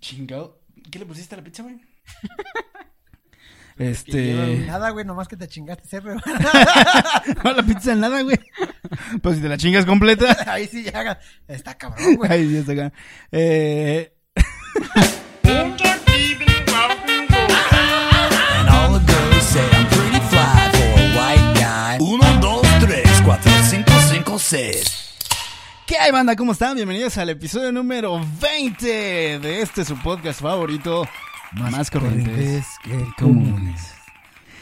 Chingado. ¿Qué le pusiste a la pizza, güey? Lleva este. Nada, güey, nomás que te chingaste ese re- No, la pizza en nada, güey. Pero si te la chingas completa. Ahí sí ya. Está cabrón, güey. Ay, Dios, acá. Eh. And all the girls say I'm pretty fly for a white guy. Uno, dos, tres, cuatro, cinco, cinco, seis. ¿Qué hay, banda? ¿Cómo están? Bienvenidos al episodio número 20 de este su podcast favorito. Más, corrientes. que comunes.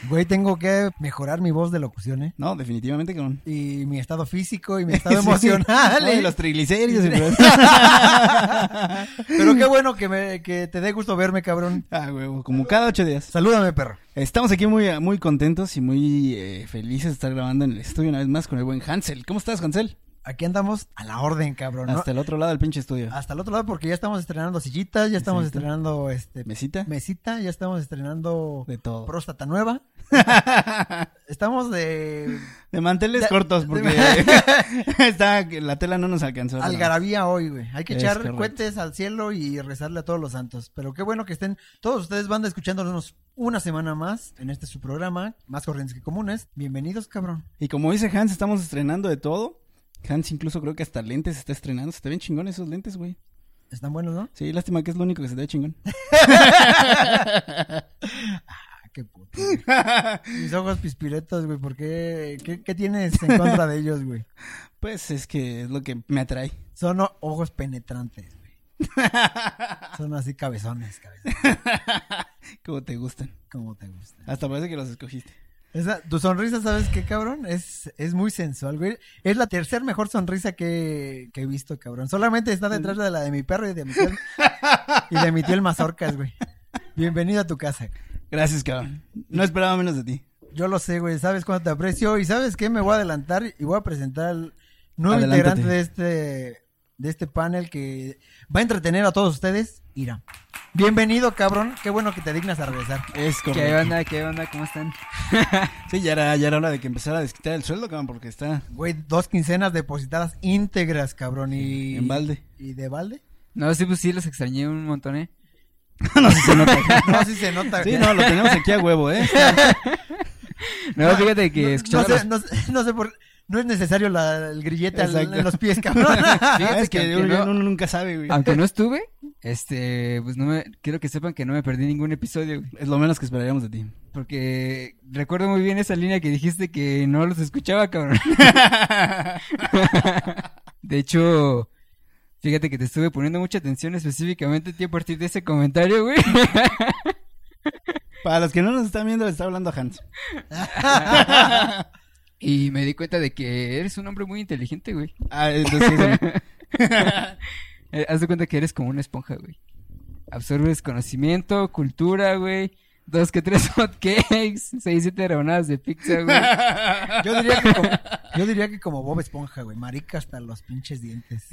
Güey, tengo que mejorar mi voz de locución, ¿eh? No, definitivamente, cabrón. Y mi estado físico y mi estado Sí. emocional. Oye, ¿eh? los triglicéridos. y todo eso. Pero qué bueno que, me, que te dé gusto verme, cabrón. ah, huevo, como cada ocho días. Salúdame, perro. Estamos aquí muy, muy contentos y muy eh, felices de estar grabando en el estudio una vez más con el buen Hansel. ¿Cómo estás, Hansel? Aquí andamos a la orden, cabrón. ¿no? Ah, Hasta el otro lado del pinche estudio. Hasta el otro lado porque ya estamos estrenando sillitas, ya estamos Exacto. estrenando este ¿Mesita? mesita, ya estamos estrenando De todo. próstata nueva. estamos de De manteles De- cortos de- porque está, la tela no nos alcanzó. pero- algarabía hoy, güey. Hay que Es echar correcto. cohetes al cielo y rezarle a todos los santos. Pero qué bueno que estén todos ustedes van escuchándonos una semana más en este su programa, más corrientes que comunes. Bienvenidos, cabrón. Y como dice Hans, estamos estrenando de todo. Hans incluso creo que hasta lentes está estrenando. Se te ven chingón esos lentes, güey. Están buenos, ¿no? Sí, lástima que es lo único que se te ve chingón. Ah, qué puto. güey. Mis ojos pispiretos, güey. ¿Por qué? ¿Qué, qué tienes en contra de ellos, güey? Pues es que es lo que me atrae. Son o- ojos penetrantes, güey. Son así cabezones, cabezones, Como te gustan. como te gusta. Hasta parece que los escogiste. Esa- tu sonrisa, ¿sabes qué, cabrón? Es, es muy sensual, güey. Es la tercer mejor sonrisa que, que he visto, cabrón. Solamente está detrás de la de mi perro y de mi tío, y de mi tío el mazorcas, güey. Bienvenido a tu casa. Gracias, cabrón. No esperaba menos de ti. Yo lo sé, güey. Sabes cuánto te aprecio y sabes qué me voy a adelantar y voy a presentar al nuevo Adelántate. integrante de este de este panel que va a entretener a todos ustedes. Irán. Bienvenido, cabrón. Qué bueno que te dignas a regresar. Es ¿Qué correcto. onda? ¿Qué onda? ¿Cómo están? Sí, ya era, ya era hora de que empezara a desquitar el sueldo, cabrón, porque está Güey, dos quincenas depositadas íntegras, cabrón. Y en balde. ¿Y de balde? No, sí, pues sí, los extrañé un montón, ¿eh? no sé si se nota. No, sí se nota. Sí, no, lo tenemos aquí a huevo, ¿eh? No, fíjate que No- escuchaba no, sé, los- no, sé- no sé por... No es necesario la, el grillete al- Exacto. en los pies, cabrón. Fíjate es que, que uno, no- uno nunca sabe, güey. Aunque no estuve, este, pues no me... Quiero que sepan que no me perdí ningún episodio, güey, Es lo menos que esperaríamos de ti. Porque recuerdo muy bien esa línea que dijiste que no los escuchaba, cabrón. De hecho, fíjate que te estuve poniendo mucha atención específicamente a ti a partir de ese comentario, güey. Para los que no nos están viendo, le está hablando a Hans. Y me di cuenta de que eres un hombre muy inteligente, güey. Ah, entonces, sí, sí. Eh, Haz de cuenta que eres como una esponja, güey. Absorbes conocimiento, cultura, güey. Dos que tres hotcakes, seis, siete rebanadas de pizza, güey. Yo diría, que como, yo diría que como Bob Esponja, güey. Marica hasta los pinches dientes.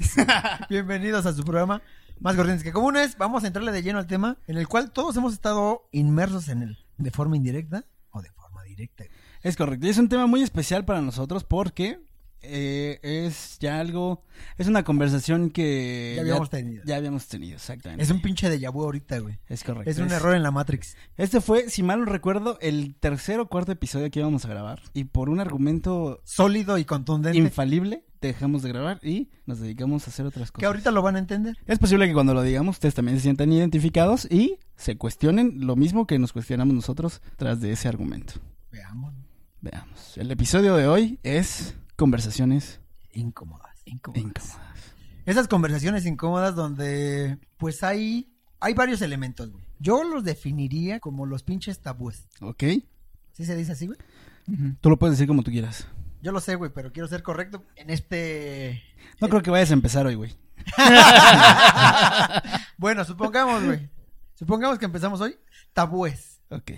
Bienvenidos a su programa Más Corrientes que Comunes. Vamos a entrarle de lleno al tema en el cual todos hemos estado inmersos en él. De forma indirecta o de forma directa. es correcto. Y es un tema muy especial para nosotros porque eh, es ya algo. Es una conversación que. Ya habíamos tenido. Ya habíamos tenido, exactamente. Es un pinche de vu ahorita, güey. Es correcto. Es un error en la Matrix. Este fue, si mal no recuerdo, el tercer o cuarto episodio que íbamos a grabar. Y por un argumento Sólido y contundente. infalible, dejamos de grabar y nos dedicamos a hacer otras que cosas. ahorita lo van a entender. Es posible que cuando lo digamos ustedes también se sientan identificados y se cuestionen lo mismo que nos cuestionamos nosotros tras de ese argumento. Veamos. Veamos. El episodio de hoy es conversaciones Incómodas. Incómodas. incómodas. Esas conversaciones incómodas donde pues hay hay varios elementos, güey. Yo los definiría como los pinches tabúes. ¿Ok? ¿Sí se dice así, güey? Ujú. Tú lo puedes decir como tú quieras. Yo lo sé, güey, pero quiero ser correcto en este No creo que vayas a empezar hoy, güey. Bueno, supongamos, güey. Supongamos que empezamos hoy tabúes. Ok.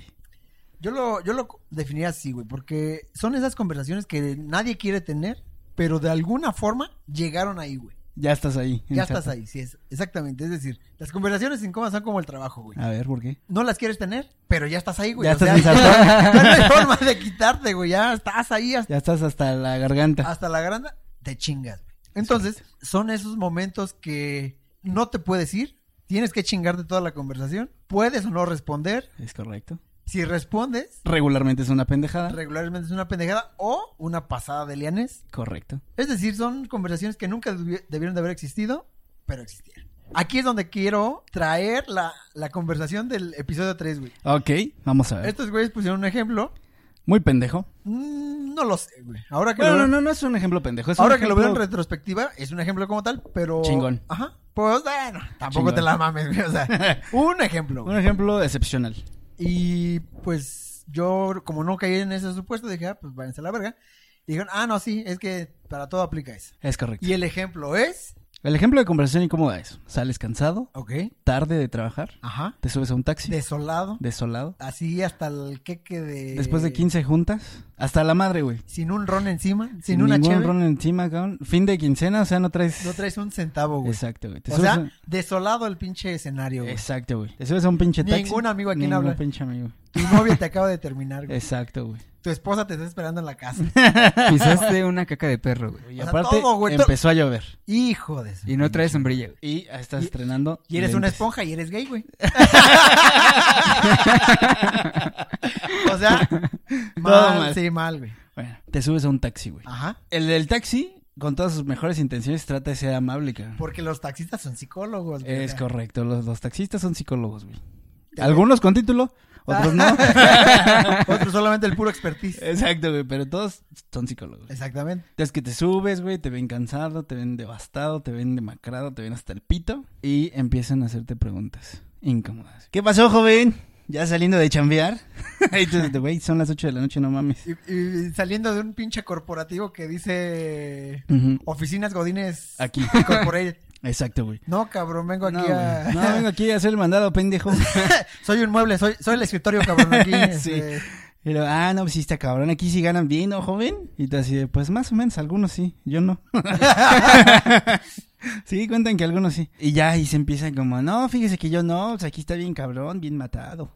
Yo lo yo lo definiría así, güey, porque son esas conversaciones que nadie quiere tener, pero de alguna forma llegaron ahí, güey. Ya estás ahí. Ya Exacto. estás ahí, sí es exactamente, es decir, las conversaciones incómodas son como el trabajo, güey. A ver, ¿por qué? no las quieres tener, pero ya estás ahí, güey. Ya O sea, estás ensartado. ya no hay forma de quitarte, güey. Ya estás ahí hasta, Ya estás hasta la garganta. hasta la granda. Te chingas, güey. Entonces, son esos momentos que no te puedes ir, Tienes que chingarte toda la conversación. Puedes o no responder. Es correcto. Si respondes, Regularmente es una pendejada. regularmente es una pendejada o una pasada de lianes. correcto. Es decir, son conversaciones que nunca debi- debieron de haber existido, pero existieron. Aquí es donde quiero traer la, la conversación del episodio 3, güey. Ok, vamos a ver. Estos güeyes pusieron un ejemplo. Muy pendejo. Mm, No lo sé, güey. Ahora que, lo, Bueno, veo- no, no es un ejemplo pendejo. es un ahora que lo veo en ejemplo- retrospectiva, es un ejemplo como tal, pero. Chingón. Ajá. Pues bueno, tampoco Chingón. te la mames, güey. O sea, un ejemplo. Un güey. ejemplo excepcional. Y pues yo, como no caí en ese supuesto, dije, ah, pues váyanse a la verga. Y dijeron, ah, no, sí, es que para todo aplica eso. Es correcto. Y el ejemplo es. El ejemplo de conversación incómoda es: sales cansado, Ok. tarde de trabajar, Ajá. te subes a un taxi, Desolado. desolado. Así hasta el queque de. Después de 15 juntas, hasta la madre, güey. Sin un ron encima. Sin, una ningún cheve. ron encima, cabrón. Fin de quincena, o sea, no traes. No traes un centavo, güey. Exacto, güey. Te O subes sea, a- desolado el pinche escenario, güey. Exacto, güey. Te subes a un pinche taxi. Ningún amigo a quien Ningún hablar. pinche amigo. Tu novia te acaba de terminar, güey. Exacto, güey. Tu esposa te está esperando en la casa. Pisaste una caca de perro, güey. Y O sea, aparte, todo, güey, to- empezó a llover. Hijo de su- Y no traes sombrilla, güey. Y estás estrenando. Y eres una lentes. esponja y eres gay, güey. o sea, mal, Todo mal. sí, mal, güey. Bueno, te subes a un taxi, güey. Ajá. El del taxi, con todas sus mejores intenciones, trata de ser amable, cabrón. Porque los taxistas son psicólogos, güey. Es O sea, correcto, los, los taxistas son psicólogos, güey. Te- Algunos con título, otros Eh. no. Otro solamente el puro expertise. Exacto, güey, pero todos son psicólogos. Exactamente. Es que te subes, güey, te ven cansado, te ven devastado, te ven demacrado, te ven hasta el pito y empiezan a hacerte preguntas incómodas. ¿Qué pasó, joven? ¿Ya saliendo de chambear? Entonces, de, güey, son las 8 de la noche, no mames. Y, y saliendo de un pinche corporativo que dice Ujú. oficinas godines Aquí. corporate. Exacto, güey. No, cabrón, vengo aquí No, a... güey. No, vengo aquí a hacer el mandado, pendejo. soy un mueble, soy, soy el escritorio, cabrón, aquí. Sí. este, Pero, ah, no, pues sí está cabrón, aquí sí ganan bien, ¿no, joven? Y tú así de, pues más o menos, algunos sí, yo no. sí, cuentan que algunos sí. Y ya, y se empieza como, no, fíjese que yo no, pues aquí está bien cabrón, bien matado.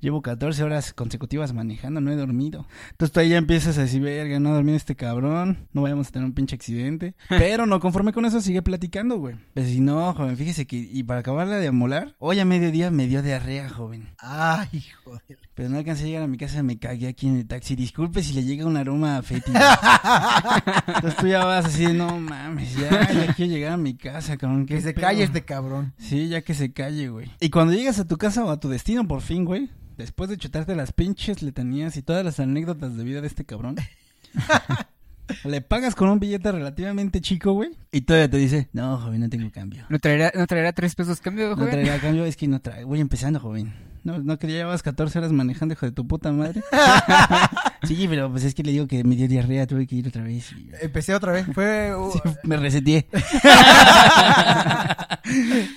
Llevo 14 horas consecutivas manejando, no he dormido. Entonces tú ahí ya empiezas a decir, verga, no ha dormido este cabrón, no vayamos a tener un pinche accidente. Pero no conforme con eso, sigue platicando, güey. Pues si no, joven, fíjese que, y para acabarla de amolar, hoy a mediodía me dio diarrea, joven. Ay, joder. Pero no alcancé a llegar a mi casa, me cagué aquí en el taxi. Disculpe si le llega un aroma a fétido. Entonces tú ya vas así, de, no mames, ya, ya quiero llegar a mi casa, cabrón. ¿qué Que se pedo?". calle este cabrón. Sí, ya que se calle, güey. Y cuando llegas a tu casa o a tu destino, por fin, güey, después de chutarte las pinches letanías y todas las anécdotas de vida de este cabrón, le pagas con un billete relativamente chico, güey, y todavía te dice, no, joven, no tengo cambio. ¿No traerá, no traerá tres pesos cambio, No güey? traía cambio, es que no trae. Voy empezando, joven. No, no que ya llevas 14 horas manejando, hijo de tu puta madre. sí, pero pues es que le digo que me dio diarrea, tuve que ir otra vez. y- Empecé otra vez. Fue... uh, Sí, me reseteé.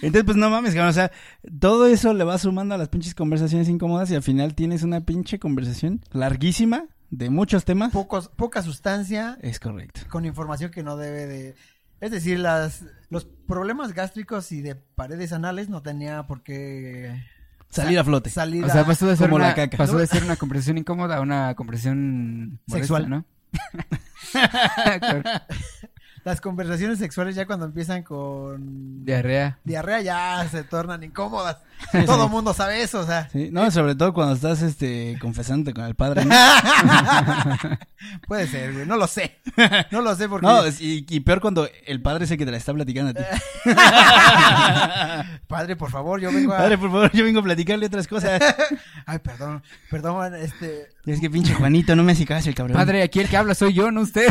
Entonces, pues no mames, cabrón. O sea, todo eso le va sumando a las pinches conversaciones incómodas y al final tienes una pinche conversación larguísima de muchos temas. pocos, poca sustancia Es correcto. con información que no debe de... Es decir, las, los problemas gástricos y de paredes anales no tenía por qué Salir a flote. salir O sea, a- pasó de ser, Como una, la caca. pasó de ser una conversación incómoda a una conversación molesta, Sexual. ¿no? Con Las conversaciones sexuales ya cuando empiezan con diarrea. diarrea ya se tornan incómodas. Todo el mundo sabe eso, o sea, Sí, No, sobre todo cuando estás este, confesándote con el padre. ¿no? puede ser, güey, no lo sé. No lo sé porque... No, es- y, y peor cuando el padre es el que te la está platicando a ti. Padre, por favor, yo vengo a... Padre, por favor, yo vengo a platicarle otras cosas. Ay, perdón, perdón, este... es que pinche Juanito, no me hace caso el cabrón. Padre, aquí el que habla soy yo, no usted.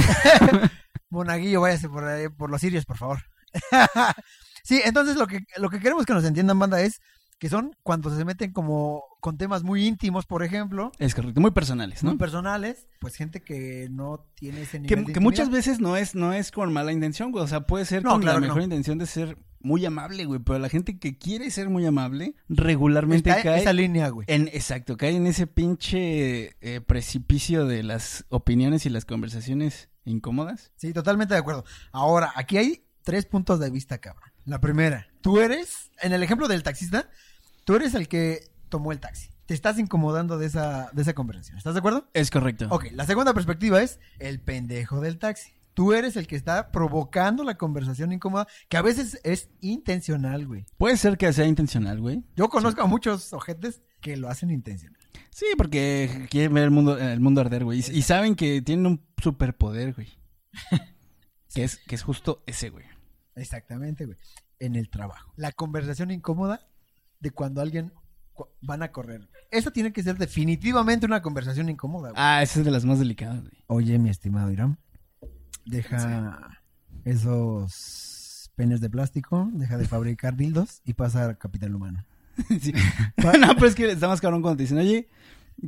Monaguillo, váyase por, ahí- por los sirios, por favor. sí, entonces lo que, lo que queremos que nos entiendan, banda, es que son cuando se meten como con temas muy íntimos, por ejemplo, Es correcto, muy personales, muy ¿no? personales, pues gente que no tiene ese Que, nivel de que muchas intimidad. veces no es, no es con mala intención, güey. O sea, puede ser No, con claro la que mejor no. intención de ser muy amable, güey. Pero la gente que quiere ser muy amable regularmente Está cae esa línea, güey. en. Exacto, cae en ese pinche eh, precipicio de las opiniones y las conversaciones incómodas. Sí, totalmente de acuerdo. Ahora, aquí hay tres puntos de vista, cabrón. La primera, tú eres, en el ejemplo del taxista, tú eres el que tomó el taxi. Te estás incomodando de esa, de esa conversación. ¿Estás de acuerdo? Es correcto. Ok, la segunda perspectiva es el pendejo del taxi. Tú eres el que está provocando la conversación incómoda, que a veces es intencional, güey. Puede ser que sea intencional, güey. Yo conozco a muchos ojetes que lo hacen intencional. Sí, porque quieren ver el mundo, el mundo arder, güey. Y, y saben que tienen un superpoder, güey. que, es, que es justo ese, güey. Exactamente, güey. En el trabajo. La conversación incómoda de cuando alguien cu- van a correr. Esa tiene que ser definitivamente una conversación incómoda, güey. Ah, esa es de las más delicadas, güey. Oye, mi estimado Irán, deja esos penes de plástico, deja de fabricar dildos y pasa a capital humano. Sí. no, pero es que está más cabrón cuando te dicen, oye,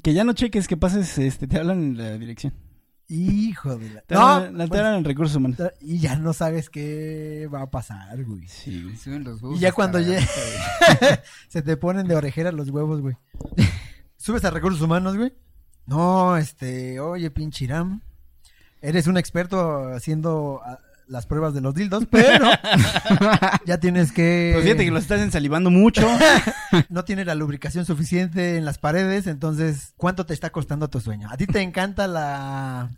que ya no cheques, que pases, este, te hablan en la dirección. Hijo de la... Te No, hablan, te pues, hablan en recursos humanos. y ya no sabes qué va a pasar, güey. Sí, güey. Suben los Y huevos ya hasta cuando la llega, garganta, güey. se te ponen de orejera los huevos, güey. Subes a recursos humanos, güey. No, este, oye, pinche Irán. Eres un experto haciendo ah, las pruebas de los dildos, pero ya tienes que. Pero Pues fíjate que lo estás ensalivando mucho. no tiene la lubricación suficiente en las paredes, entonces, ¿cuánto te está costando tu sueño? A ti te encanta la,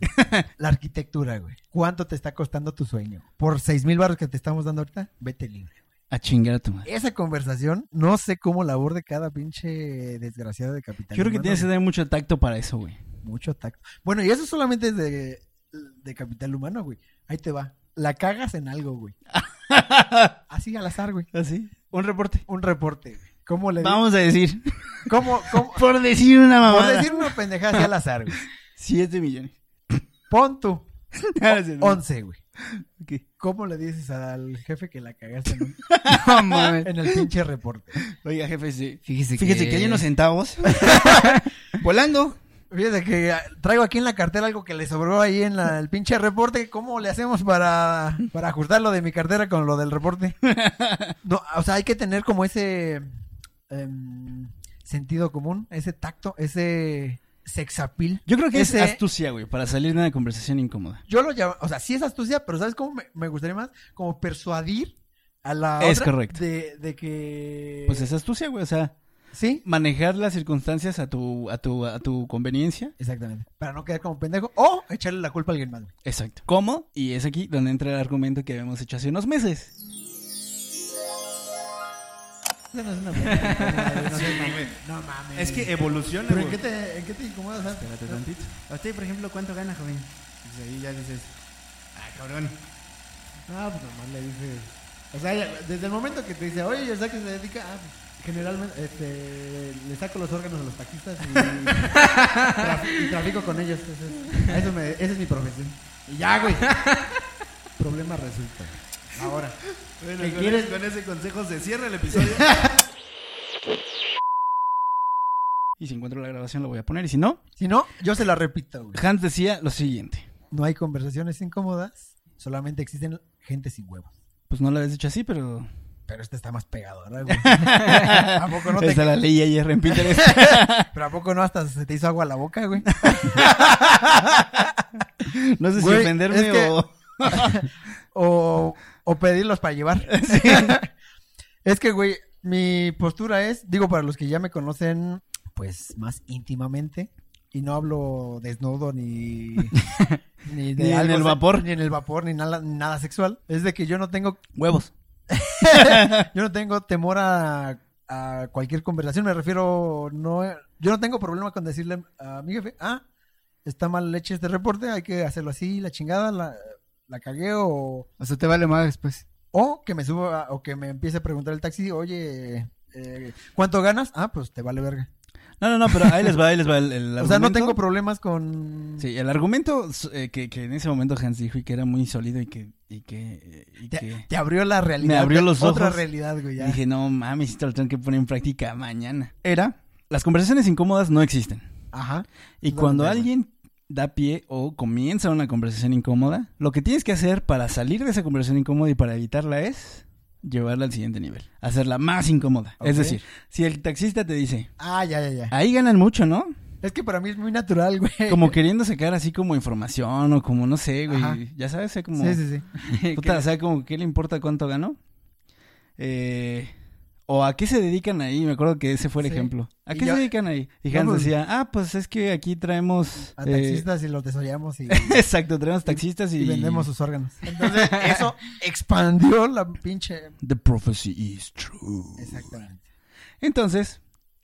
la arquitectura, güey. ¿Cuánto te está costando tu sueño? Por seis mil barros que te estamos dando ahorita, vete libre. A chingar a tu madre. Esa conversación, no sé cómo la aborde cada pinche desgraciado de capital. Yo creo que Humano, tienes que güey. tener mucho tacto para eso, güey. mucho tacto. Bueno, y eso solamente es de, de capital humano, güey. Ahí te va. La cagas en algo, güey. Así al azar, güey. ¿Así? Un reporte. Un reporte, güey. ¿Cómo le digo? Vamos a decir. ¿Cómo, cómo? Por decir una Por mamada. decir una pendejada así al azar, güey. Siete millones. Pon tú. Ah, sí, no. 11, güey. Ok. ¿Cómo le dices al jefe que la cagaste en, un- No mames. en el pinche reporte? Oiga, jefe, sí. Fíjese, Fíjese que hay unos centavos. Volando. Fíjate que ah, traigo aquí en la cartera algo que le sobró ahí en la- el pinche reporte. ¿Cómo le hacemos para, para ajustar lo de mi cartera con lo del reporte? No, o sea, hay que tener como ese em, sentido común, ese tacto, ese sexapil. Yo creo que Ese- es astucia, güey, para salir de una conversación incómoda. Yo lo llamo, o sea, sí es astucia, pero ¿sabes cómo me, me gustaría más? Como persuadir a la Es otra correcto. De, de que... Pues es astucia, güey. O sea, ¿Sí? manejar las circunstancias a tu, a tu, a tu conveniencia. Exactamente. Para no quedar como pendejo o echarle la culpa a alguien más. güey. Exacto. ¿Cómo? Y es aquí donde entra el argumento que habíamos hecho hace unos meses. Eso no es una pendejada, güey, no sé, No mames. evoluciona, ¿Pero en qué te, en qué te incomodas antes? A usted, por ejemplo, ¿cuánto gana, joven? Pues ahí ya dices, ah, cabrón. Ah, pues nomás le dices. O sea, ya- desde el momento que te dice, oye, ¿sabes a qué se dedica? Ah, pues, generalmente este, le saco los órganos a los taquistas y, traf- y trafico con ellos. Eso es, eso me- esa es mi profesión. Y ya, güey. Problema resulta. güey. Ahora. Bueno, ¿Qué con, quieres? con ese consejo se cierra el episodio. Y si encuentro la grabación, la voy a poner. Y si no, Si no, yo se la repito, güey. Hans decía lo siguiente. No hay conversaciones incómodas, solamente existen gente sin huevos. Pues no lo habías dicho así, pero. Pero esta está más pegadora, güey. ¿A poco no te... Esa la ley ayer en Pinterest. Pero ¿a poco no hasta se te hizo agua la boca, güey? No sé si Güey, ofenderme es que- o. O, o pedirlos para llevar. es que, güey, mi postura es, digo, para los que ya me conocen, pues, más íntimamente. Y no hablo desnudo ni... Ni, de Ni en algo el se- vapor. Ni en el vapor, ni nada, ni nada sexual. Es de que yo no tengo Huevos. Yo no tengo temor a, a cualquier conversación, me refiero, no, yo no tengo problema con decirle a mi jefe, ah, está mal leche este reporte, hay que hacerlo así, la chingada, la, la cagué o, O sea, te vale pues. más después. o que me suba o que me empiece a preguntar el taxi, oye, eh, ¿cuánto ganas? Ah, pues te vale verga. No, no, no, pero ahí les va, ahí les va el, el o sea, no argumento. tengo problemas con... Sí, el argumento eh, que, que en ese momento Hans dijo y que era muy sólido y que. Y que, eh, y Te, que- te abrió la realidad. abrió los Otra ojos. realidad, güey. ya. Dije, no mames, esto lo tengo que poner en práctica mañana. Era, las conversaciones incómodas no existen. Ajá. Y No, cuando no, no. alguien da pie o comienza una conversación incómoda, lo que tienes que hacer para salir de esa conversación incómoda y para evitarla es llevarla al siguiente nivel, hacerla más incómoda. Ok. Es decir, si el taxista te dice, Ah, ya, ya, ya. ahí ganan mucho, ¿no? Es que para mí es muy natural, güey. Como queriendo sacar así como información o como no sé, güey, Ajá. ya sabes, eh, como... Sí, sí, sí. Puta, o sea, como que le importa cuánto ganó. Eh, o a qué se dedican ahí. Me acuerdo que ese fue el Sí. ejemplo. ¿A Y qué yo- se dedican ahí? Y yo Hans me- decía, ah, pues es que aquí traemos... A eh, taxistas y los desollamos y, Exacto, traemos taxistas y... y vendemos sus órganos. Entonces, eso expandió la pinche. The prophecy is true. Exactamente. Entonces,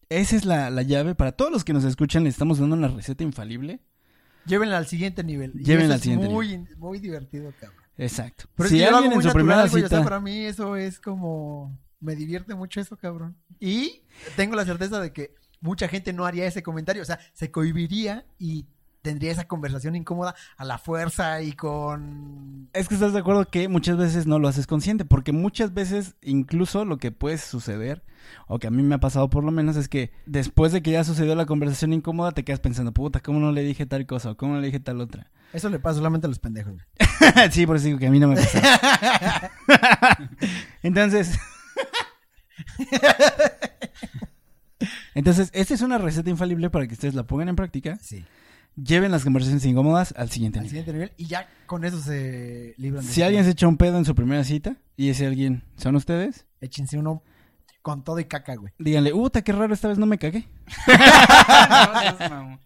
esa es la, la llave. Para todos los que nos escuchan, le estamos dando una receta infalible. Llévenla al siguiente nivel. Y Llévenla eso al siguiente es muy, muy divertido, cabrón. Exacto. Pero si es que yo lo hago alguien en muy su natural, primera güey, o sea, cita... para mí eso es como... Me divierte mucho eso, cabrón. Y tengo la certeza de que mucha gente no haría ese comentario. O sea, se cohibiría y tendría esa conversación incómoda a la fuerza y con... Es que estás de acuerdo que muchas veces no lo haces consciente, porque muchas veces incluso lo que puede suceder, o que a mí me ha pasado por lo menos, es que después de que ya sucedió la conversación incómoda, te quedas pensando, puta, ¿cómo no le dije tal cosa? o ¿Cómo no le dije tal otra? Eso le pasa solamente a los pendejos. güey. sí, por eso digo que a mí no me pasa. Entonces... Entonces, esta es una receta infalible para que ustedes la pongan en práctica, Sí. lleven las conversaciones incómodas al siguiente Al nivel. siguiente nivel. Y ya con eso se libran. de Si eso. alguien se echa un pedo en su primera cita, y ese alguien son ustedes, Échense uno con todo y caca, güey. Díganle, puta, qué raro, esta vez no me cagué. No, seas mamón.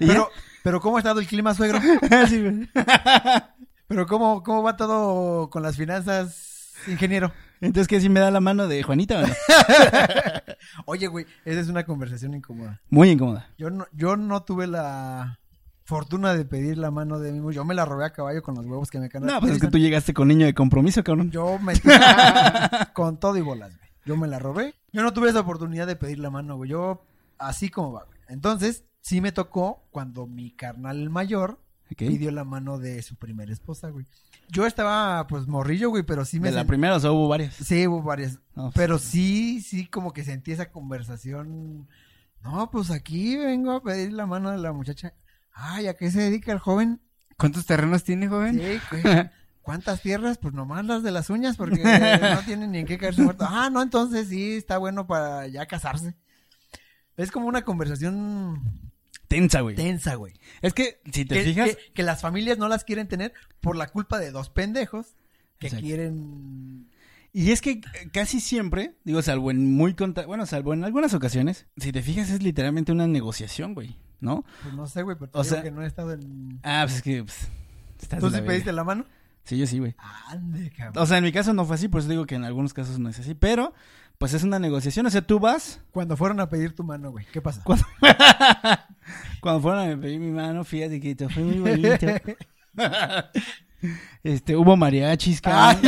Y Pero, pero ¿cómo ha estado el clima, suegro? ya. Sí, güey. Pero ¿cómo, cómo va todo con las finanzas, ingeniero? Entonces, ¿qué si me da la mano de Juanita o no? Oye, güey, esa es una conversación incómoda. Muy incómoda. Yo no, yo no tuve la fortuna de pedir la mano de mi mujer. Yo me la robé a caballo con los huevos que me No, canaron. pues es que tú llegaste con niño de compromiso, cabrón. Yo me con todo y bolas, güey. Yo me la robé. Yo no tuve esa oportunidad de pedir la mano, güey. Yo así como va, güey. Entonces, sí me tocó cuando mi carnal mayor Ok. pidió la mano de su primera esposa, güey. Yo estaba, pues, morrillo, güey, pero sí me... De la sen- primera, o sea, hubo varias. Sí, hubo varias. No, pues, Pero sí, sí, como que sentí esa conversación. No, pues aquí vengo a pedir la mano de la muchacha. Ay, ¿a qué se dedica el joven? ¿Cuántos terrenos tiene, joven? Sí, güey. ¿Cuántas tierras? Pues nomás las de las uñas, porque no tienen ni en qué caerse muerto. Ah, no, entonces sí, está bueno para ya casarse. Es como una conversación Tensa, güey. tensa, güey. Es que, si te Que, fijas, que- que las familias no las quieren tener por la culpa de dos pendejos que Exacto. quieren... y es que eh, casi siempre, digo, salvo en muy conta- bueno, salvo en algunas ocasiones, si te fijas es literalmente una negociación, güey, ¿no? Pues no sé, güey, pero te O digo sea- que no he estado en... Ah, pues es que, pues, estás ¿Tú de la sí verga. pediste la mano? Sí, yo sí, güey. Ande, cabrón. O sea, en mi caso no fue así, por eso digo que en algunos casos no es así, pero, pues es una negociación, o sea, tú vas... Cuando fueron a pedir tu mano, güey, ¿qué pasa? Cuando, Cuando fueron a pedir mi mano, fíjate que te fue muy bonito. Este, hubo mariachis, cabrón.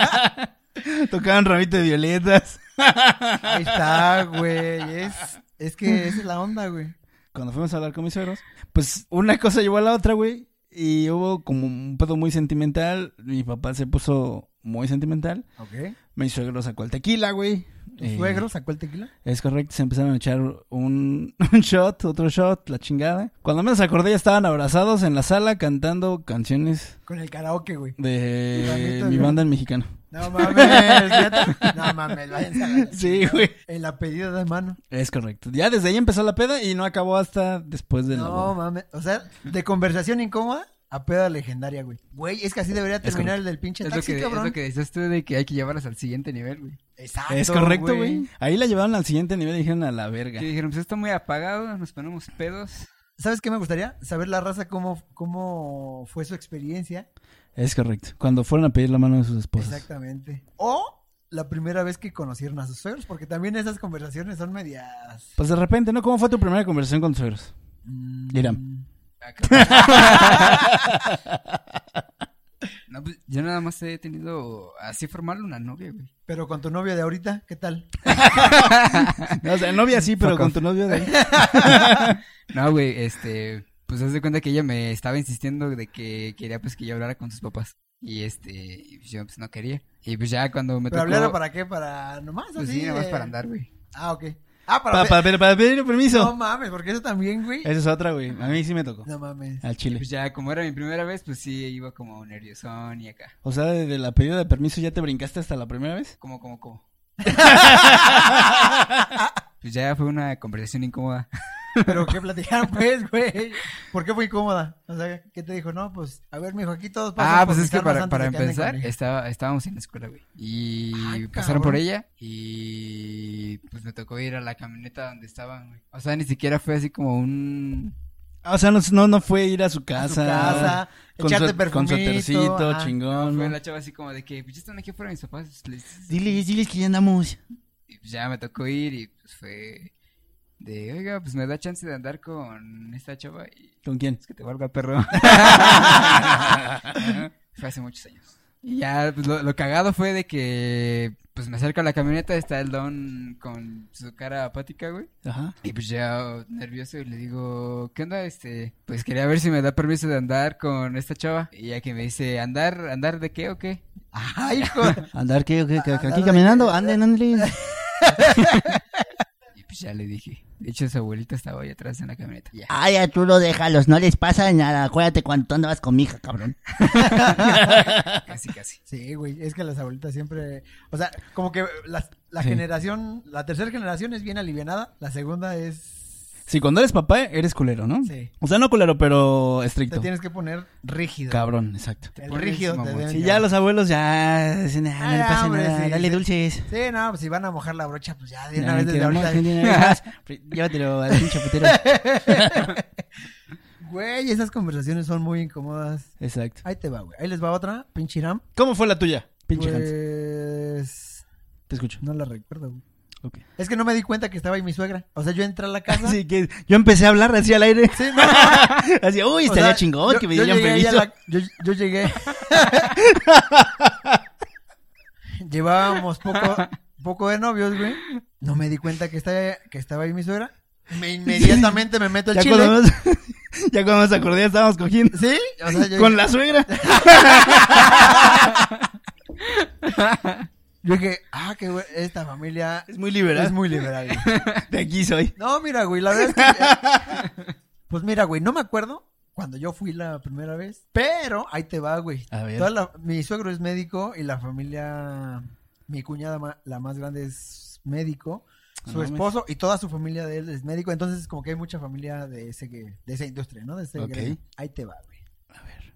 Tocaban ramito de violetas. Ahí está, güey. Es, es que esa es la onda, güey. Cuando fuimos a hablar con mis suegros, pues una cosa llevó a la otra, güey. Y hubo como un pedo muy sentimental. Mi papá se puso muy sentimental. Ok. Mi suegro sacó el tequila, güey. ¿Tu Eh, suegro sacó el tequila? Es correcto, se empezaron a echar un, un shot, otro shot, la chingada. Cuando menos acordé ya estaban abrazados en la sala cantando canciones Con el karaoke, güey. de Ramito, mi ¿no? banda en mexicano. No mames, fíjate. No mames, váyanse a la Sí, güey. En la pedida de mano. Es correcto. Ya desde ahí empezó la peda y no acabó hasta después de la No boda. mames. O sea, de conversación incómoda a peda legendaria, güey. Güey, es que así debería terminar el del pinche Es lo, taxi, que, es cabrón. lo que decías tú de que hay que llevarlas al siguiente nivel, güey. Exacto. Es correcto, güey. güey. Ahí la llevaron al siguiente nivel y dijeron a la verga. Que dijeron, pues está muy apagado, nos ponemos pedos. ¿Sabes qué me gustaría? Saber la raza cómo, cómo fue su experiencia Es correcto. Cuando fueron a pedir la mano de sus esposas. Exactamente. O la primera vez que conocieron a sus suegros, porque también esas conversaciones son medias. Pues de repente, ¿no? ¿Cómo fue tu primera conversación con tus suegros? mm, Irán. Ah, No, pues, yo nada más he tenido así formal una novia, güey. Pero con tu novia de ahorita, ¿qué tal? No, o sea, novia sí, pero Fuck con off. tu novio de ahí. No, güey, este, pues haz de cuenta que ella me estaba insistiendo de que quería pues que yo hablara con sus papás. Y este, y, pues, yo pues no quería. Y pues ya cuando me ¿Pero tocó... hablaron para qué? ¿Para nomás? Pues así sí, nada más de- para andar, güey. Ah, ok. Ah, para. Para, para, ver- para pedir permiso. No mames, porque eso también, güey. Esa es otra, güey. A mí sí me tocó. No mames. Al Y, chile. Pues ya, como era mi primera vez, pues sí, iba como nerviosón y acá. O sea, desde la pedida de permiso ya te brincaste hasta la primera vez. Como, como, como. pues ya fue una conversación incómoda. Pero que platicaron, pues, güey. ¿Por qué fue incómoda? O sea, ¿qué te dijo? No, pues, a ver, mijo, aquí todos pasan Ah, por pues mis es que armas para, antes para de que anden empezar, conmigo. estaba, estábamos en la escuela, güey. Y Ay, pasaron por cabrón. ella y pues me tocó ir a la camioneta donde estaban, güey. O sea, ni siquiera fue así como un... Ah, o sea, no, no, no fue ir a su A su casa. casa, con echarte su, con su perfumito, tercito, ajá. chingón. Fue ¿no? la chava así como de que, pues ya están aquí fuera mis papás. les- Diles, diles que ya andamos. Y pues ya me tocó ir y pues fue de, oiga, pues me da chance de andar con esta chava y ¿Con quién? es que te valga perro. fue hace muchos años. Y ya, pues lo, lo cagado fue de que, pues me acerco a la camioneta, está el don con su cara apática, güey. Ajá. Y pues ya nervioso y le digo, ¿qué onda? Este, pues quería ver si me da permiso de andar con esta chava. Y ya que me dice, ¿andar, andar de qué o qué? Ay, hijo. Andar que, que, que- que Andar aquí Ah, de- caminando, anden, anden. Y pues ya le dije. De hecho, su abuelita estaba ahí atrás en la camioneta. Ya. Ay, Arturo, déjalos, no les pasa nada. Acuérdate cuando tú andabas con mi hija, cabrón. Casi, casi. Sí, güey, es que las abuelitas siempre, o sea, como que las- la Sí. generación, la tercera generación es bien alivianada, la segunda es, Sí, cuando eres papá, eres culero, ¿no? Sí. O sea, no culero, pero te estricto. tienes que poner rígido. Cabrón, exacto. El pones rígido. te mamón. deben Sí, llevar. ya los abuelos ya dicen, ah, no Ay, le pasa hombre, nada, sí, dale sí. dulces. Sí, no, pues si van a mojar la brocha, pues ya de una Ya, vez desde queremos ahorita. que de una vez más, pri- Llévatelo al pinche putero. Güey, esas conversaciones son muy incómodas. Exacto. Ahí te va, güey. Ahí les va otra, pinche Iram. ¿Cómo fue la tuya? Pinche Hans. Pues Te escucho. no la recuerdo, güey. Ok. Es que no me di cuenta que estaba ahí mi suegra. O sea, yo entré a la casa. Así que yo empecé a hablar así al aire. Sí, no, no, Así, uy, O estaría sea, chingón yo- que me yo dieran llegué ahí a permiso. la- yo, yo llegué. Llevábamos poco, poco de novios, güey. No me di cuenta que estaba, que estaba ahí mi suegra. Me inmediatamente me meto el Ya chile. cuando, nos, ya cuando nos acordé, estábamos cogiendo. Sí, o sea, yo, Con la suegra. yo dije, ah, que güey, esta familia Es muy liberal. es muy liberal. güey. De aquí soy. No, mira, güey, la verdad es que. Pues mira, güey, no me acuerdo cuando yo fui la primera vez, pero ahí te va, güey. A ver. Toda la- mi suegro es médico y la familia, mi cuñada, ma- la más grande, es médico. No Su mames. esposo y toda su familia de él es médico. Entonces, como que hay mucha familia de ese que- de esa industria, ¿no? De ese Ok. gremio. Ahí te va, güey. A ver.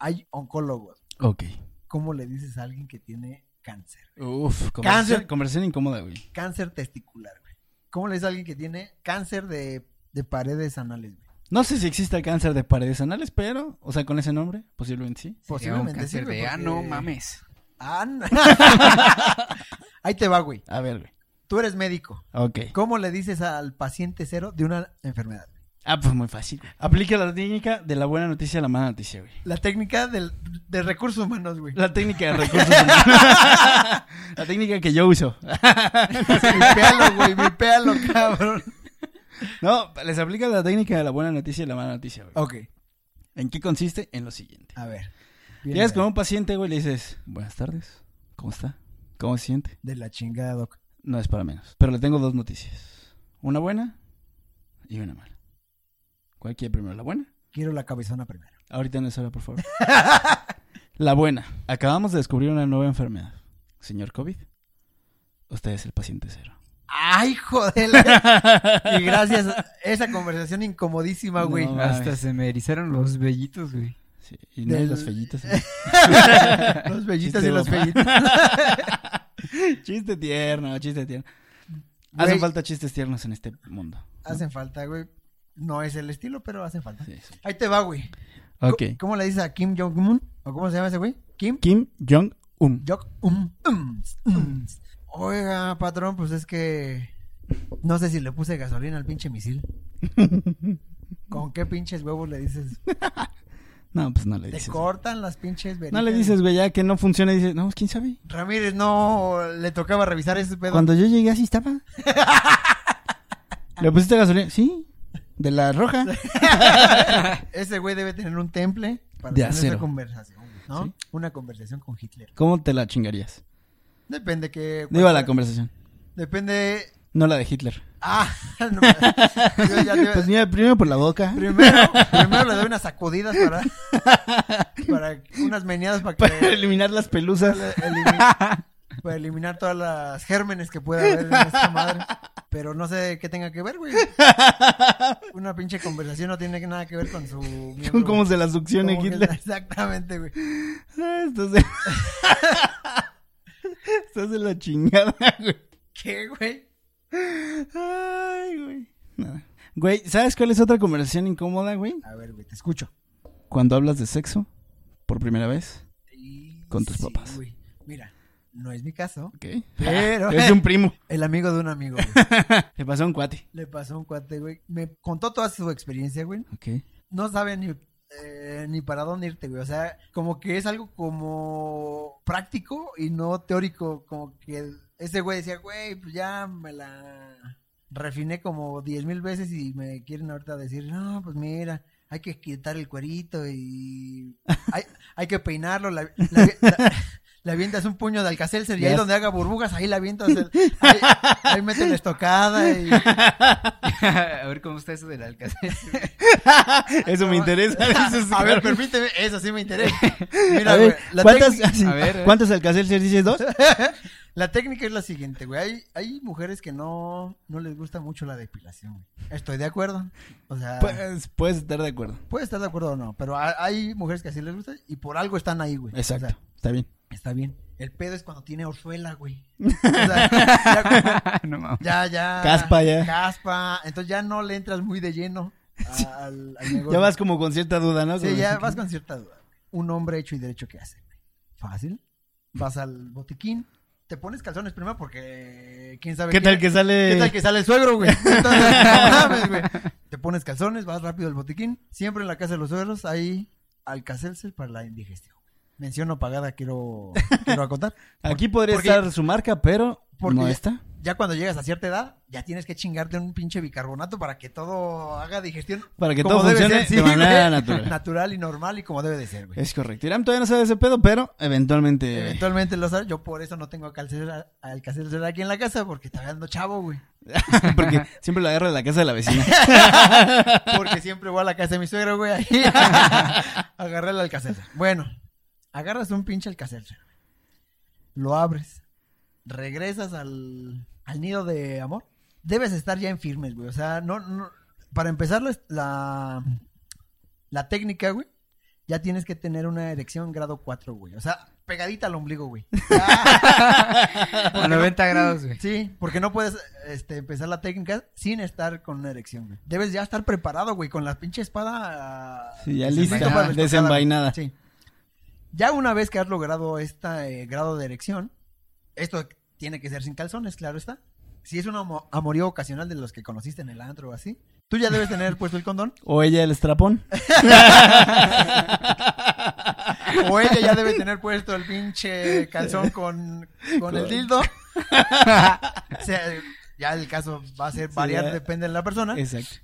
Hay oncólogos. Ok. ¿Cómo le dices a alguien que tiene cáncer? Uf, conversación, Cáncer. conversación incómoda, güey. Cáncer testicular, güey. ¿Cómo le dices a alguien que tiene cáncer de, de paredes anales, güey? No sé si existe el cáncer de paredes anales, pero, o sea, con ese nombre, posiblemente sí. Sería un Posiblemente sí, cáncer güey, de, ah, porque- no mames. Ah, no. Ahí te va, güey. A ver, güey. Tú eres médico. Ok. ¿Cómo le dices al paciente cero de una enfermedad? Ah, pues muy fácil. güey. Aplica la técnica de la buena noticia a la mala noticia, güey. La técnica del, de recursos humanos, güey. La técnica de recursos humanos. la técnica que yo uso. Mipéalo, güey, mipéalo, cabrón. No, les aplica la técnica de la buena noticia y la mala noticia, güey. Ok, ¿En qué consiste? En lo siguiente. a ver. Viene Llegas de- con un paciente, güey, le dices, buenas tardes, ¿cómo está? ¿Cómo se siente? De la chingada, doc. No es para menos. Pero le tengo dos noticias. Una buena y una mala. ¿Cuál quiere primero? ¿La buena? Quiero la cabezona primero. Ahorita no es hora, por favor. La buena. Acabamos de descubrir una nueva enfermedad. Señor COVID, usted es el paciente cero. ¡Ay, joder! Y gracias a esa conversación incomodísima, No, güey. mames. Hasta se me erizaron los vellitos, güey. Sí, y no Del- los fellitos. Los bellitas Chiste y los bomba. bellitas. chiste tierno, chiste tierno. Hacen Güey. falta chistes tiernos en este mundo. Hacen falta, güey. No es el estilo, pero hacen falta. Sí, sí. Ahí te va, güey. Ok. ¿Cómo- ¿Cómo le dices a Kim Jong-un? ¿O cómo se llama ese güey? Kim Kim Jong-un. Jong-un. Ums, ums. Oiga, patrón, pues es que no sé si le puse gasolina al pinche misil. ¿Con qué pinches huevos le dices? No, pues no le Te dices. cortan las pinches No verijas. le dices, güey, ya que no funciona. Dices, no, pues, quién sabe. Ramírez, no le tocaba revisar ese pedo. Cuando yo llegué así estaba. ¿Le pusiste gasolina? Sí. De la roja. Ese güey debe tener un temple para De tener esa acero. conversación, güey, ¿no? Sí. Una conversación con Hitler. ¿Cómo te la chingarías? Depende que Digo a la conversación. Depende No la de Hitler. Ah, no, yo ya te iba a Pues mira, primero por la boca. Primero, primero le doy unas sacudidas para, para unas meneadas para que Para eliminar las pelusas. elimi- para eliminar todas las gérmenes que pueda haber en esta madre. pero no sé qué tenga que ver, güey. Una pinche conversación no tiene nada que ver con su miembro. ¿Cómo se la succiona Como que- Hitler? Exactamente, güey. Ah, Estás de... Estás de la chingada, güey. ¿Qué, güey? Ay, güey. Nada. Güey, ¿sabes cuál es otra conversación incómoda, güey? A ver, güey, te escucho. Cuando hablas de sexo por primera vez. Con tus Sí, papás. güey. Mira, no es mi caso, ¿Qué? pero Es de un primo. el amigo de un amigo, güey. Le pasó a un cuate. Le pasó a un cuate, güey. Me contó toda su experiencia, güey. Ok. no sabe ni, eh, ni para dónde irte, güey. O sea, como que es algo como práctico y no teórico. Como que ese güey decía, güey, pues ya me la refiné como diez mil veces y me quieren ahorita decir, no, pues mira, hay que quitar el cuerito y hay, hay que peinarlo. La, la- la- le avientas un puño de Alcacelser y ahí Ya. donde haga burbujas, ahí la avientas. el- ahí, ahí mete la estocada y... A ver cómo está eso del alcance. Eso me interesa. dices, A ver, claro. permíteme, eso sí me interesa. A Mira, ver, güey, la, ¿cuántas, técnica- sí, A ver, eh. ¿cuántas Alcacelser dices? ¿Dos? la técnica es la siguiente, güey. Hay, hay mujeres que no, no les gusta mucho la depilación, güey. Estoy de acuerdo. O sea, Pues, puedes estar de acuerdo. puede estar de acuerdo o no, pero ha- hay mujeres que así les gusta y por algo están ahí, güey. O sea, Exacto. Está bien. está bien. El pedo es cuando tiene orzuela, güey. O sea, ya, no mames. ya, ya. Caspa, ya. Caspa. Entonces ya no le entras muy de lleno al, al negocio. Ya vas como con cierta duda, ¿no? Sí, ya vas con cierta duda. Un hombre hecho y derecho, ¿qué hace? güey? Fácil. Vas al botiquín, te pones calzones primero porque quién sabe ¿Qué tal que sale? ¿Qué tal que sale el suegro, güey? Entonces, no mames, güey. Te pones calzones, vas rápido al botiquín. Siempre en la casa de los suegros hay alcacelser para la indigestión. Menciono pagada, quiero, quiero acotar. Aquí podría Porque- estar su marca, pero Porque no ya- está. Ya cuando llegas a cierta edad, ya tienes que chingarte un pinche bicarbonato para que todo haga digestión. Para que como todo debe funcione ser, sí, de manera güey. natural. Natural y normal y como debe de ser, güey. Es correcto. Irán todavía no sabe ese pedo, pero eventualmente. Eventualmente lo sabe. Yo por eso no tengo alcacelser, alcacelser aquí en la casa porque está ando chavo, güey. porque siempre lo agarra de la casa de la vecina. Porque siempre voy a la casa de mi suegro, güey. Ahí. Agarré el alcacelser. Bueno, agarras un pinche alcacelser. Lo abres. Regresas al, al nido de amor. Debes estar ya en firmes, güey. O sea, no, no- para empezar la, la, la técnica, güey. Ya tienes que tener una erección grado 4, güey. O sea, pegadita al ombligo, güey. A 90 grados, güey. Sí, porque no puedes este, empezar la técnica sin estar con una erección, güey. Debes ya estar preparado, güey, con la pinche espada. ah, Sí, ya desenvainada. lista, Para la estocada, desenvainada. güey. Sí. Ya una vez que has logrado este grado de erección, esto tiene que ser sin calzones, claro está. Si es un amo- amorío ocasional de los que conociste en el antro o así, tú ya debes tener puesto el condón. O ella el estrapón. O ella ya debe tener puesto el pinche calzón con, con el dildo. O sea, ya el caso va a ser variar, ya. depende de la persona. Exacto.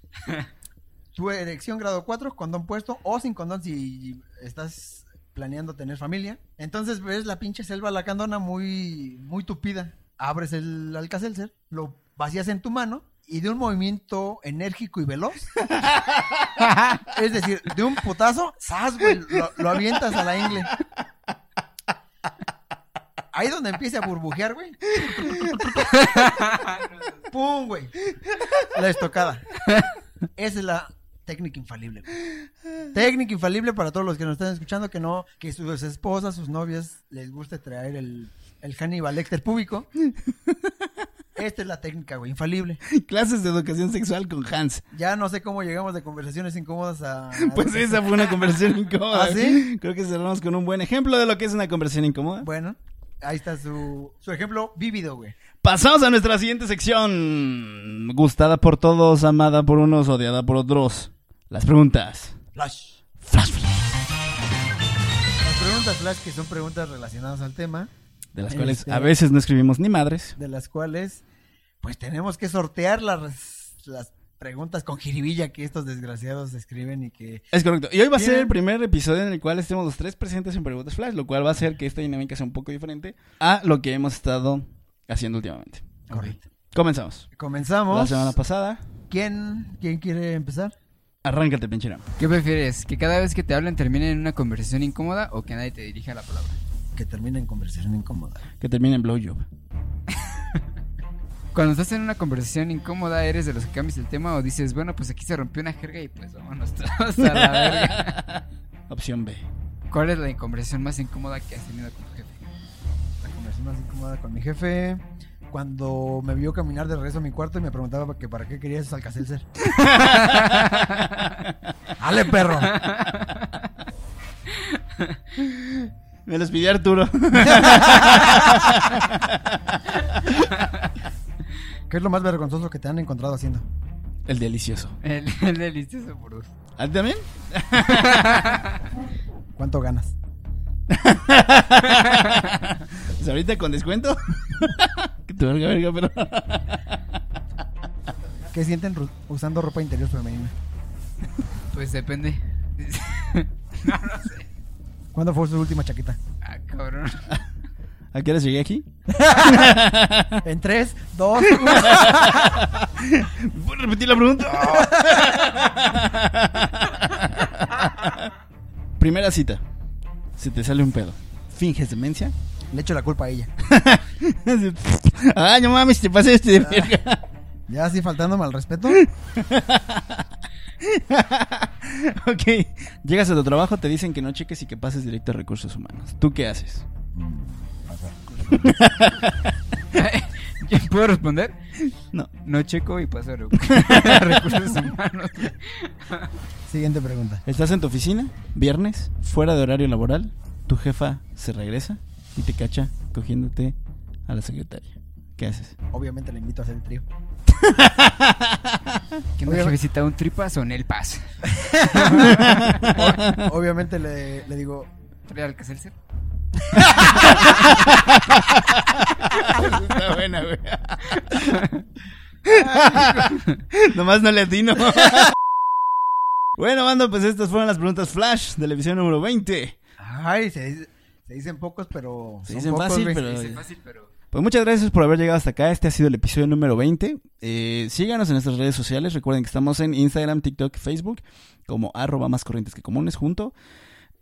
Tu erección grado 4, condón puesto o sin condón si estás planeando tener familia. Entonces ves la pinche selva lacandona muy, muy tupida. Abres el alcacelser, lo vacías en tu mano y de un movimiento enérgico y veloz, es decir, de un putazo, ¡zas, güey! Lo, lo avientas a la ingle. Ahí donde empieza a burbujear, güey. ¡Pum, güey! La estocada. Esa es la técnica infalible. güey. Técnica infalible para todos los que nos están escuchando, que no, que sus esposas, sus novias les guste traer el, el Hannibal Lecter público. Esta es la técnica, güey, infalible. Clases de educación sexual con Hans. Ya no sé cómo llegamos de conversaciones incómodas a... Pues esa fue una conversación incómoda. ¿Ah, sí? Creo que cerramos con un buen ejemplo de lo que es una conversación incómoda. Bueno, ahí está su, su ejemplo vívido, güey. Pasamos a nuestra siguiente sección. Gustada por todos, amada por unos, odiada por otros. Las preguntas. Flash. Flash, flash. Las preguntas flash, que son preguntas relacionadas al tema, De las cuales Este- a veces no escribimos ni madres. de las cuales, pues tenemos que sortear las, las preguntas con jiribilla que estos desgraciados escriben y que Es correcto. Y hoy va a ser Bien. el primer episodio en el cual estemos los tres presentes en Preguntas Flash, lo cual va a hacer que esta dinámica sea un poco diferente a lo que hemos estado haciendo últimamente. Correcto. Comenzamos. La Comenzamos. semana pasada, ¿Quién, ¿Quién quiere empezar? arráncate, pinchera. ¿Qué prefieres? ¿Que cada vez que te hablen termine en una conversación incómoda o que nadie te dirija la palabra? Que termine en conversación incómoda. Que termine en blowjob. Cuando estás en una conversación incómoda, ¿eres de los que cambias el tema o dices, bueno, pues aquí se rompió una jerga y pues vámonos todos a la verga? Opción B. ¿Cuál es la conversación más incómoda que has tenido con tu jefe? La conversación más incómoda con mi jefe. Cuando me vio caminar de regreso a mi cuarto y me preguntaba que para qué quería esos alcacelser. ¡Ale, perro! Me los pidió Arturo. ¿Qué es lo más vergonzoso que te han encontrado haciendo? El delicioso. El, el delicioso por dos. ¿A ti también? ¿Cuánto ganas? Pues ahorita con descuento. que tu verga, verga, pero. ¿Qué sienten ru- usando ropa interior femenina? Pues depende. no, no sé. ¿Cuándo fue su última chaqueta? Ah, cabrón. ¿A qué hora llegué aquí? En 3, 2, 1. ¿Puedo repetir la pregunta? Primera cita. Si te sale un pedo. ¿Finges demencia? Le echo la culpa a ella. ah, no mames, te pasé este de verga. Ya así faltándome al respeto. ok. Llegas a tu trabajo, te dicen que no cheques y que pases directo a recursos humanos. ¿Tú qué haces? ¿Yo ¿Puedo responder? No. No checo y paso a recursos humanos. Siguiente pregunta. Estás en tu oficina, viernes, fuera de horario laboral, tu jefa se regresa y te cacha cogiéndote a la secretaria. ¿Qué haces? Obviamente le invito a hacer el trío. ¿Que no Oye, he visitado un tripas o en el pas? Obviamente le, le digo, ¿Trae Alcacelcer? Ah, Está buena, güey. Nomás no le atino. Bueno, banda, pues estas fueron las preguntas flash de la edición número 20. ay, se, dice- se dicen pocos, pero. Se son dicen pocos, fácil, güey. pero- Dice fácil, pero... Pues muchas gracias por haber llegado hasta acá. Este ha sido el episodio número 20. Eh, síganos en nuestras redes sociales. Recuerden que estamos en Instagram, TikTok, Facebook, como arroba más corrientes que comunes junto.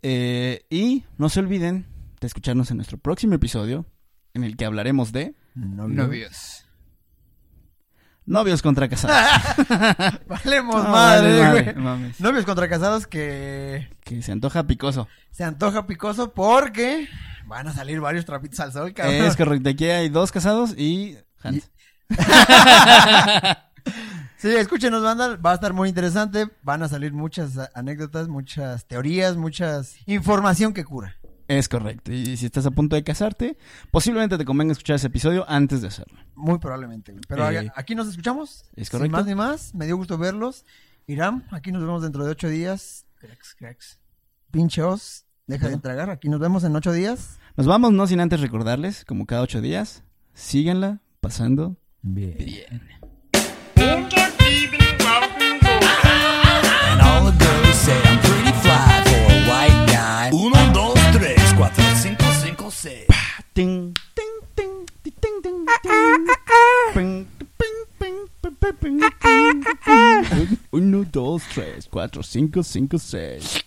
Eh, y no se olviden de escucharnos en nuestro próximo episodio, en el que hablaremos de No, no. Novios. novios contra casados. Valemos No, madre, vale, güey. madre, mames. Novios contra casados que Que se antoja picoso. se antoja picoso porque van a salir varios trapitos al sol, cabrón. Es correcto. Aquí hay dos casados y Hans. Sí, escúchenos, banda, va a estar muy interesante. Van a salir muchas a- anécdotas, muchas teorías, muchas información que cura. Es correcto. Y si estás a punto de casarte, posiblemente te convenga escuchar ese episodio antes de hacerlo. Muy probablemente, güey. Pero Eh, aquí nos escuchamos. es correcto. Sin más ni más, me dio gusto verlos. Iram, aquí nos vemos dentro de ocho días. Cracks, cracks. Pinche os, deja de Claro. tragar. Aquí nos vemos en ocho días. Nos vamos, no sin antes recordarles, como cada ocho días, síganla pasando And all the girls say I'm pretty fly for a white guy. Uno, dos, tres, cuatro, cinco, cinco, seis. Ting, ting, ting, ti, ting, ting, ting. Ping, ping, ping, ping, ping, ping, ping, ping. Uno, dos, tres, cuatro, cinco, cinco, seis.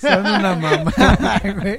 Son una mamá, güey.